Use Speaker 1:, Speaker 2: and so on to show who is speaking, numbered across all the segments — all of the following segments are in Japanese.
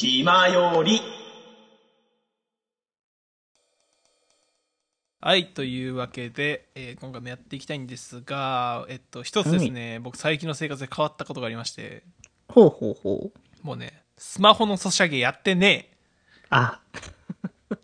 Speaker 1: 今より。
Speaker 2: はい、というわけで、えー今回もやっていきたいんですが、えっと、一つですね、僕最近の生活で変わったことがありまして、
Speaker 3: ほうほうほう。
Speaker 2: もうね、スマホのソシャゲやってね
Speaker 3: あ。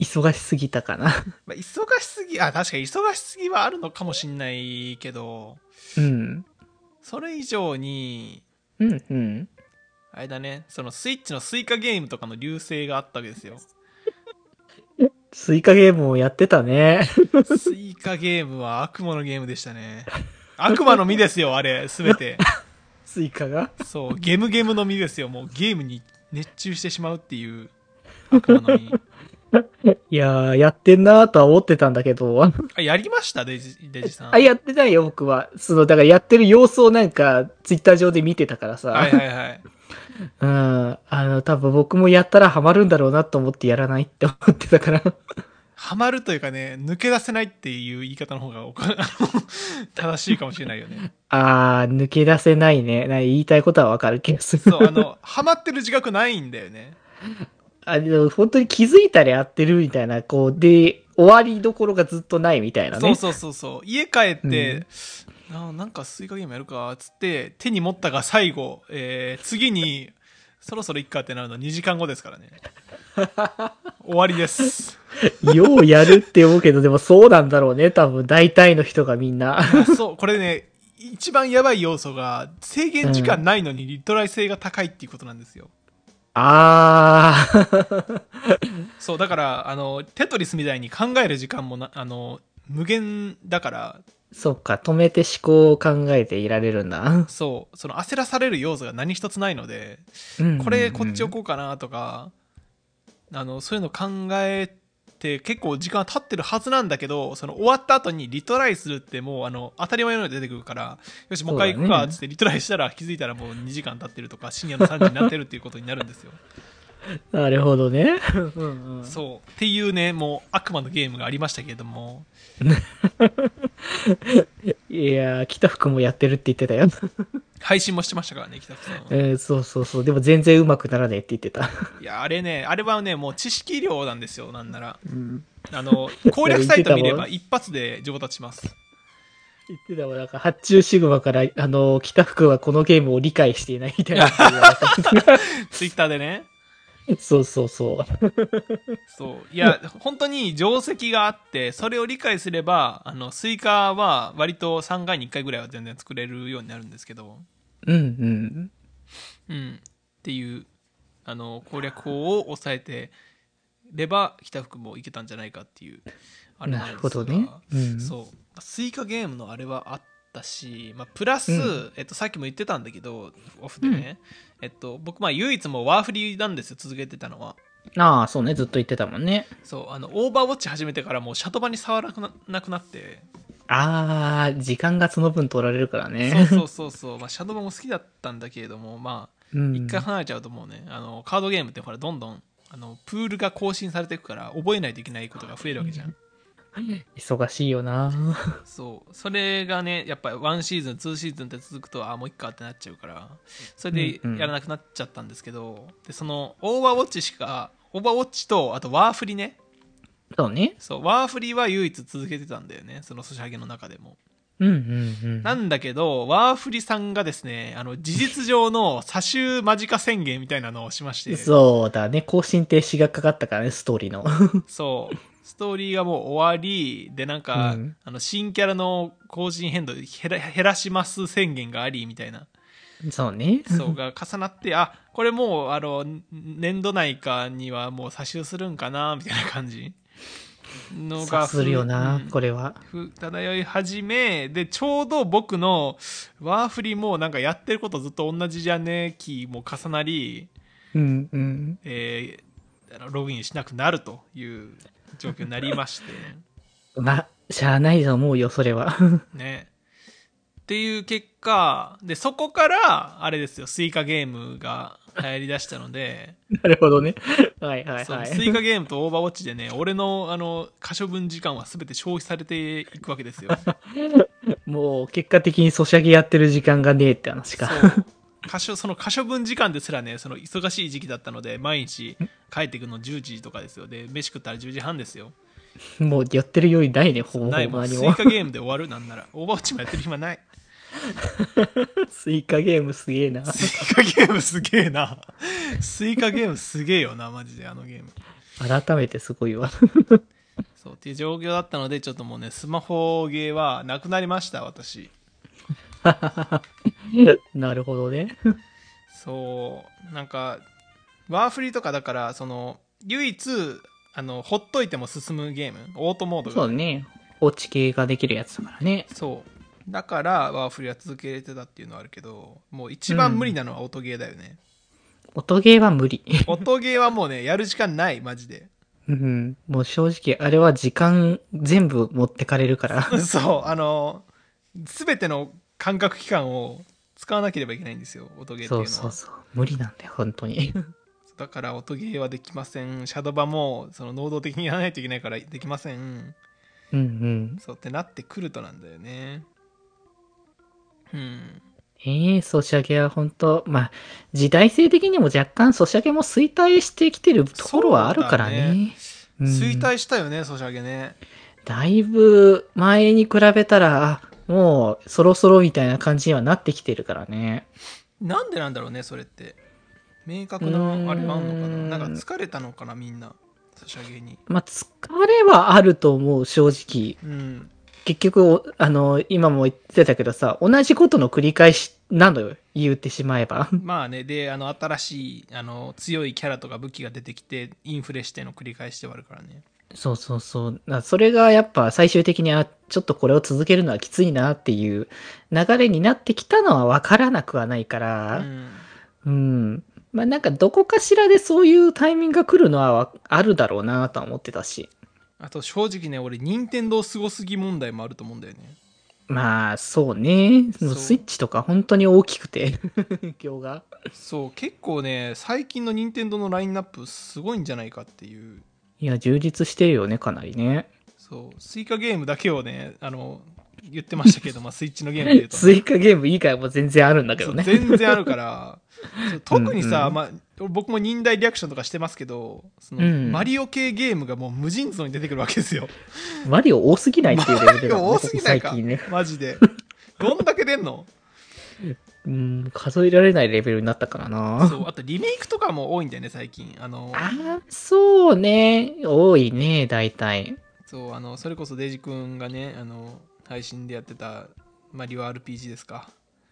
Speaker 3: 忙しすぎたかな。
Speaker 2: え、まあ、忙しすぎ、あ、確かに忙しすぎはあるのかもしんないけど、
Speaker 3: うん。
Speaker 2: それ以上に、
Speaker 3: うんうん。
Speaker 2: あれだね、そのスイッチのスイカゲームとかの流星があったわけですよ。
Speaker 3: スイカゲームをやってた ね。
Speaker 2: スイカゲームは悪魔のゲームでしたね。悪魔の実ですよ、あれ、すべて。
Speaker 3: スイカが。
Speaker 2: そう、ゲムゲムの実ですよ。もうゲームに熱中してしまうっていう悪魔の実。
Speaker 3: いやー、やってんなーとは思ってたんだけど。
Speaker 2: あ、やりましたデジ、デジさん。
Speaker 3: あ、やってないよ、僕は。その、だからやってる様子をなんか、ツイッター上で見てたからさ。
Speaker 2: はいはいはい。
Speaker 3: うん。あの、多分僕もやったらハマるんだろうなと思ってやらないって思ってたから。
Speaker 2: ハマるというかね、抜け出せないっていう言い方の方がおかあの 正しいかもしれないよね。
Speaker 3: あー、抜け出せないね。なんか言いたいことはわかる気がする。
Speaker 2: そう、あの、ハマってる自覚ないんだよね。
Speaker 3: あの、本当に気づいたらやってるみたいな、こう、で、終わりどころがずっとないみたいなね。
Speaker 2: そうそうそうそう。家帰って、あなんかスイカゲームやるか、っつって、手に持ったが最後、えー、次に、そろそろいっかってなるの2時間後ですから ね。終わりです。
Speaker 3: ようやるって思うけど、でもそうなんだろうね、多分。大体の人がみんな。
Speaker 2: いやそう、これね、一番やばい要素が、制限時間ないのにリトライ性が高いっていうことなんですよ。
Speaker 3: あー。
Speaker 2: そう、だから、あの、テトリスみたいに考える時間もな、あの、無限だから、
Speaker 3: そっか、止めて思考を考えていられるんだ。
Speaker 2: そう、その焦らされる要素が何一つないので、
Speaker 3: うん
Speaker 2: これこっち置こうかなとか、あの、そういうの考えて、結構時間は経ってるはずなんだけど、その終わった後にリトライするってもう、あの、当たり前のように出てくるから、よし、もう一回行く
Speaker 3: そう
Speaker 2: か、
Speaker 3: だね
Speaker 2: つってリトライしたら気づいたらもう2時間経ってるとか、深夜の3時になってるっていうことになるんですよ。
Speaker 3: なるほどね。うんうん
Speaker 2: そう。っていうね、もう悪魔のゲームがありましたけれども、
Speaker 3: いやー、北福もやってるって言って たよ。
Speaker 2: 配信もしてましたからね、北福さんは。
Speaker 3: えーそうそうそう。でも全然上手くならねえって言ってた。
Speaker 2: いや、あれね、あれはね、もう知識量なんですよ、なんなら。
Speaker 3: うん。
Speaker 2: あの、攻略サイト見れ
Speaker 3: 言ってた
Speaker 2: ば
Speaker 3: もん
Speaker 2: 一発で上達します。
Speaker 3: 言ってたもん、なんか、発注シグマから、あの、北福はこのゲームを理解していないみたいなこと言われた。
Speaker 2: ツイッターでね。
Speaker 3: そうそうそう。
Speaker 2: そう。いや、本当に定石があって、それを理解すれば、あの、スイカは割と3回に1回ぐらいは全然作れるようになるんですけど、
Speaker 3: うんうん。
Speaker 2: うん。っていう、あの、攻略法を抑えてれば、北福もいけたんじゃないかっていう、あれなん
Speaker 3: な
Speaker 2: です
Speaker 3: る
Speaker 2: が
Speaker 3: ほどね。うん。
Speaker 2: そうスイカゲームのあれはあったし、まあ、プラス、
Speaker 3: うん
Speaker 2: えっと、さっきも言ってたんだけどオフでね、えっと、僕まあ唯一もうワーフリーなんですよ続けてたのは
Speaker 3: ああ、そうね。ずっと言ってたもんね。
Speaker 2: そうあのオーバーウォッチ始めてからもうシャトバに触らなくななくなって
Speaker 3: ああ、時間がその分取られるから
Speaker 2: そう。
Speaker 3: ね
Speaker 2: そうそうそう、まあ、シャドバも好きだったんだけれどもまあ
Speaker 3: うん
Speaker 2: 一回離れちゃうともうねあのカードゲームってほらどんどんあのプールが更新されていくから覚えないといけないことが増えるわけじゃん
Speaker 3: 忙しいよな。
Speaker 2: そうそれがねやっぱり1シーズン2シーズンって続くとああもういっかってなっちゃうからそれで
Speaker 3: うんうん
Speaker 2: やらなくなっちゃったんですけど、でそのオーバーウォッチしかオーバーウォッチとあとワーフリね
Speaker 3: そうね。
Speaker 2: そうワーフリは唯一続けてたんだよねそのソシャゲの中でも、
Speaker 3: うんうんうん。
Speaker 2: なんだけどワーフリさんがですねあの事実上の左周間近宣言みたいなのをしまして
Speaker 3: そうだね。更新停止がかかったからね、ストーリー の。
Speaker 2: そう。ストーリーがもう終わり、で、なんか、
Speaker 3: うん
Speaker 2: あの、新キャラの更新変動減ら減らします宣言があり、みたいな、
Speaker 3: そうね。
Speaker 2: そうが重なって、あ、これもう、あの、ん年度内かにはもう差しするんかな、みたいな感じの
Speaker 3: さ
Speaker 2: が。
Speaker 3: するよな、
Speaker 2: うん
Speaker 3: これは。
Speaker 2: ふ漂い始め、で、ちょうど僕の、ワーフリもなんかやってることずっと同じじゃね期も重なり、
Speaker 3: うんうん。
Speaker 2: えーあのログインしなくなるという状況になりま して。
Speaker 3: まあ、しゃあないと思うよ、それは。
Speaker 2: ね。っていう結果、で、そこから、あれですよ、スイカゲームが流行り出したので、
Speaker 3: なるほどね。はいはい
Speaker 2: そ
Speaker 3: は
Speaker 2: の
Speaker 3: い。
Speaker 2: スイカゲームとオーバーウォッチでね、俺の、あの、可処分時間は全て消費されていくわけですよ。
Speaker 3: もう、結果的にソシャゲやってる時間がねえって話
Speaker 2: そ
Speaker 3: か。
Speaker 2: う。箇所 その箇所分時間ですらねその忙しい時期だったので毎日帰ってくるの10時とかですよで飯食ったら10時半ですよ
Speaker 3: もうやってるよりないね、ほぼほぼ
Speaker 2: ないもん
Speaker 3: 何
Speaker 2: スイ
Speaker 3: も。
Speaker 2: カゲームで終わるなんならオーバーウォッチもやってる暇 ない
Speaker 3: スイカゲームすげえな。
Speaker 2: スイカゲームすげえなスイカゲームすげえよなマジであのゲーム
Speaker 3: 改めてすご いわ。
Speaker 2: そうっていう状況だったのでちょっともうねスマホゲーはなくなりました私
Speaker 3: なるほどね。
Speaker 2: そうなんかワーフリとかだからその唯一あのほっといても進むゲームオートモードが
Speaker 3: そうね。落ち系ができるやつだからね。
Speaker 2: そうだからワーフリは続けれてたっていうのはあるけどもう一番無理なのは音ゲーだよね、
Speaker 3: 音ゲーは無理。
Speaker 2: 音ゲーはもうねやる時間ないマジ で
Speaker 3: うん。もう正直、あれは時間全部持ってかれる から。
Speaker 2: そうあの全ての感覚器官を使わなければいけないんですよ音ゲーっていうの
Speaker 3: そ
Speaker 2: は
Speaker 3: うそうそう。無理なんだよ、本 当に。
Speaker 2: だから音ゲーはできませんシャドバもその能動的にやらないといけないからできません
Speaker 3: うんうん。
Speaker 2: そうってなってくるとなんだよねうん
Speaker 3: ええソシャゲは本当まあ、時代性的にも若干ソシャゲも衰退してきてるところはあるからね。うん
Speaker 2: 衰退したよね、ソシャゲね
Speaker 3: だいぶ前に比べたら、あもうそろそろみたいな感じにはなってきてるからね。
Speaker 2: なんでなんだろうねそれって明確なあれがあんのか
Speaker 3: うーん
Speaker 2: ななんか疲れたのかなみんなソシャゲに
Speaker 3: まあ、疲れはあると思う、正直。
Speaker 2: うん
Speaker 3: 結局、おあの、今も言ってたけどさ、同じことの繰り返しなのよ、言ってしまえば。
Speaker 2: まあねであの新しいあの強いキャラとか武器が出てきてインフレしての繰り返しではあるからね
Speaker 3: そうそうそう。 なそれがやっぱ最終的に、あ、ちょっとこれを続けるのはきついなっていう流れになってきたのは分からなくはないか
Speaker 2: う
Speaker 3: ら、
Speaker 2: ん
Speaker 3: うん。まあなんかどこかしらでそういうタイミングが来るのはわあるだろうなとは思ってたし。
Speaker 2: あと正直ね俺任天堂すごすぎ問題もあると思うんだよね
Speaker 3: まあそうね。も
Speaker 2: そう
Speaker 3: うスイッチとか本当に大き くて、影響が。
Speaker 2: そう結構ね最近の任天堂のラインナップすごいんじゃないかっていう
Speaker 3: いや、充実してるよね、かなりね。
Speaker 2: そうスイカゲームだけをねあの言ってましたけど、まあ、スイッチのゲームで言うと
Speaker 3: 追加ゲーム以外も全然あるんだけ
Speaker 2: そ
Speaker 3: ど
Speaker 2: う
Speaker 3: ね。
Speaker 2: 全然あるから そう特にさ、
Speaker 3: うんうん
Speaker 2: まあ、僕も忍耐リアクションとかしてますけどその、
Speaker 3: うん
Speaker 2: マリオ系ゲームがもう無尽蔵に出てくるわけ ですよ
Speaker 3: マリオ多すぎないっていうレベルだ、ね、
Speaker 2: マリオ多すぎない
Speaker 3: ここ
Speaker 2: か
Speaker 3: 最近ね。
Speaker 2: マジでどんだけ出んの
Speaker 3: うん、数えられないレベルになったからな。
Speaker 2: そうあとリメイクとかも多いんだよね最近あの
Speaker 3: あーそうね。多いね、大体。
Speaker 2: そうあのそれこそデジ君がねあの配信でやってたマリオ RPG ですか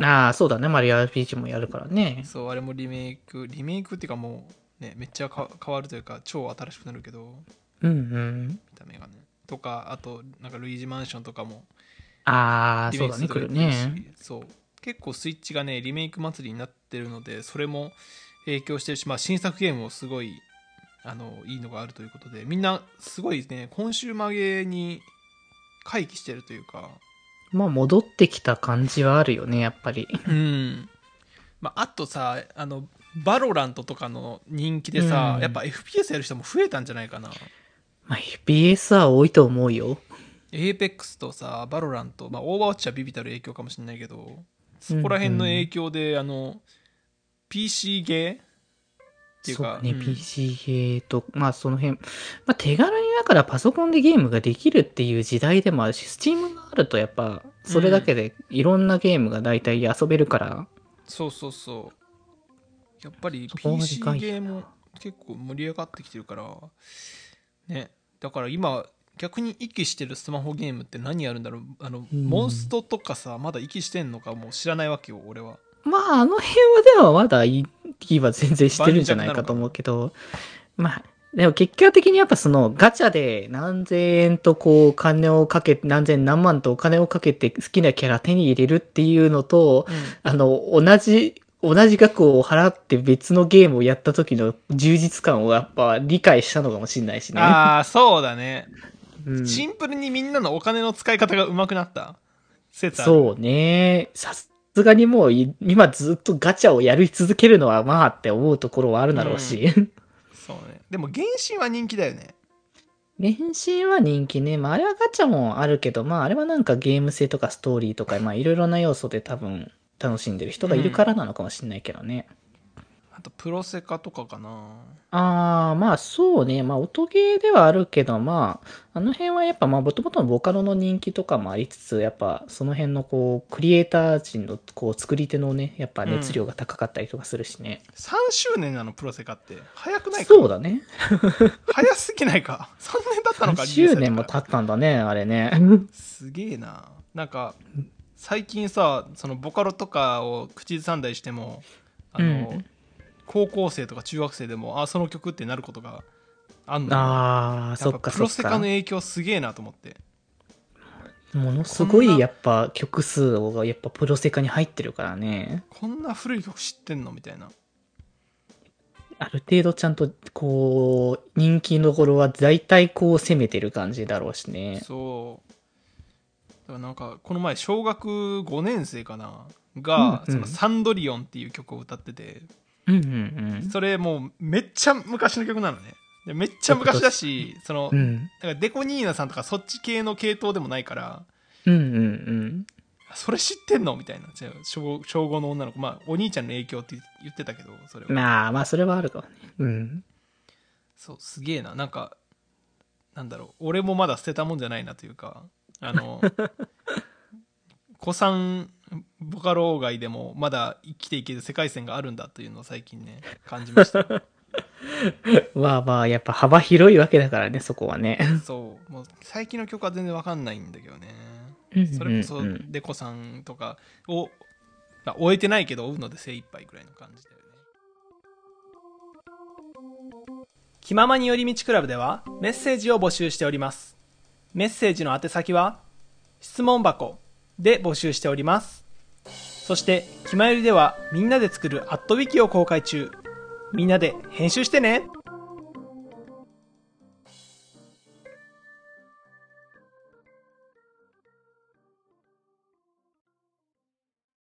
Speaker 3: ああ、そうだね。マリオ RPG もやるからね。
Speaker 2: そうあれもリメイクリメイクっていうかもうねめっちゃか変わるというか超新しくなるけど
Speaker 3: うんうん。
Speaker 2: 見た目がねとかあとなんかルイージマンションとかも
Speaker 3: ああ、
Speaker 2: リメ
Speaker 3: そ
Speaker 2: イ
Speaker 3: う
Speaker 2: クす
Speaker 3: だ
Speaker 2: るとか言
Speaker 3: ね、来る
Speaker 2: ってし
Speaker 3: ね。
Speaker 2: そう結構スイッチがねリメイク祭りになってるのでそれも影響してるし、まあ、新作ゲームもすごいあのいいのがあるということでみんなすごいねコンシューマーゲーに回帰してるというか
Speaker 3: まあ、戻ってきた感じはあるよね、やっぱり。
Speaker 2: うん、まあ、あとさあのバロラントとかの人気でさ、
Speaker 3: うん
Speaker 2: やっぱ FPS やる人も増えたんじゃないかな
Speaker 3: まあ、FPS は多いと思うよ。
Speaker 2: エーペックスとさバロラント、まあ、オーバーウォッチはビビたる影響かもしれないけどそこら辺の影響で、あの PC ゲーっていう
Speaker 3: そう
Speaker 2: か
Speaker 3: だね、
Speaker 2: ん
Speaker 3: PC 系と、まあ、その辺。まあ、手軽にだからパソコンでゲームができるっていう時代でもあるし、Steam があるとやっぱ、それだけでいろんなゲームが大体遊べるから、
Speaker 2: そうそうそうやっぱり
Speaker 3: そこが
Speaker 2: PC
Speaker 3: で
Speaker 2: ゲ
Speaker 3: かいよな
Speaker 2: ーも結構盛り上がってきてるからねだから今逆に息してるスマホゲームって何やるんだろうあの、
Speaker 3: うん
Speaker 2: モンストとかさまだ息してんのかもう知らないわけよ俺は
Speaker 3: まあ、あの辺はではまだいいは全然してるんじゃないかと思うけど、まあ、でも結果的にやっぱそのガチャで何千円とこうお金をかけ、何千何万とお金をかけて好きなキャラ手に入れるっていうのと、あの、同じ、同じ額を払って別のゲームをやった時の充実感をやっぱ理解したのかもしれないしね。
Speaker 2: ああそうだね
Speaker 3: うん
Speaker 2: シンプルにみんなのお金の使い方が上手くなった説ある
Speaker 3: そうね。さすがにもうい今ずっとガチャをやり続けるのはまあって思うところはあるだろうし。
Speaker 2: そうねでも原神は人気だよね
Speaker 3: 原神は人気ね。まあ、あれはガチャもあるけど、まあ、あれはなんかゲーム性とかストーリーとか、まあ、いろいろな要素で多分、楽しんでる人がいるからなのかもしれないけどね。
Speaker 2: あとプロセカとかかな
Speaker 3: ああ、まあそうね。まあ音ゲーではあるけど、まあ、あの辺はやっぱまあ元々のボカロの人気とかもありつつ、やっぱその辺のこう、クリエイター陣のこう、作り手のね、やっぱ熱量が高かったりとかするしね。
Speaker 2: 3周年なのプロセカって早くないか
Speaker 3: そうだね。
Speaker 2: 早すぎないか 3年経ったのか
Speaker 3: 10年も経ったんだね、あれね。
Speaker 2: すげえななんか最近さそのボカロとかを口ずさんだりしてもあの、
Speaker 3: うん
Speaker 2: 高校生とか中学生でもあその曲ってなることがあんの
Speaker 3: ああ、
Speaker 2: や
Speaker 3: そ
Speaker 2: っ
Speaker 3: っ
Speaker 2: ぱ
Speaker 3: か
Speaker 2: プ
Speaker 3: そ
Speaker 2: ロ
Speaker 3: っ
Speaker 2: セカの
Speaker 3: か。
Speaker 2: 影響すげえなと思って
Speaker 3: ものすご
Speaker 2: こん
Speaker 3: い
Speaker 2: な
Speaker 3: やっぱ曲数がやっぱプロセカに入ってるからね。
Speaker 2: こんな古い曲知ってんのみたいな
Speaker 3: ある程度ちゃんとこう、人気の頃は大体こう攻めてる感じだろうしね。
Speaker 2: そうだからなんかこの前小学5年生かなが、
Speaker 3: うんうん
Speaker 2: そのサンドリオンっていう曲を歌ってて
Speaker 3: うんうん
Speaker 2: それもうめっちゃ昔の曲なのねでめっちゃ昔だしその、
Speaker 3: うん。うん。
Speaker 2: だからデコニーナさんとかそっち系の系統でもないから
Speaker 3: うんうん
Speaker 2: それ知ってんのみたいなじゃあ小小5の女の子まあお兄ちゃんの影響って言ってたけどそれ
Speaker 3: うん。
Speaker 2: は
Speaker 3: まあまあ、それはあるかもね。うん。
Speaker 2: そうすげえななんかなんだろう俺もまだ捨てたもんじゃないなというかあの子さんボカロ外でもまだ生きていける世界線があるんだというのを最近ね感じました
Speaker 3: まあまあ、やっぱ幅広いわけだからね、そこはね。
Speaker 2: そうもう最近の曲は全然わかんないんだけどねそれこそ
Speaker 3: うんうんうん
Speaker 2: でこさんとかを、まあ、終えてないけど追うので精一杯ぐらいの感じだよね気ままに寄り道クラブではメッセージを募集しておりますメッセージの宛先は質問箱で募集しておりますそして「気まより」ではみんなで作る「アットウィキを公開中みんなで編集してね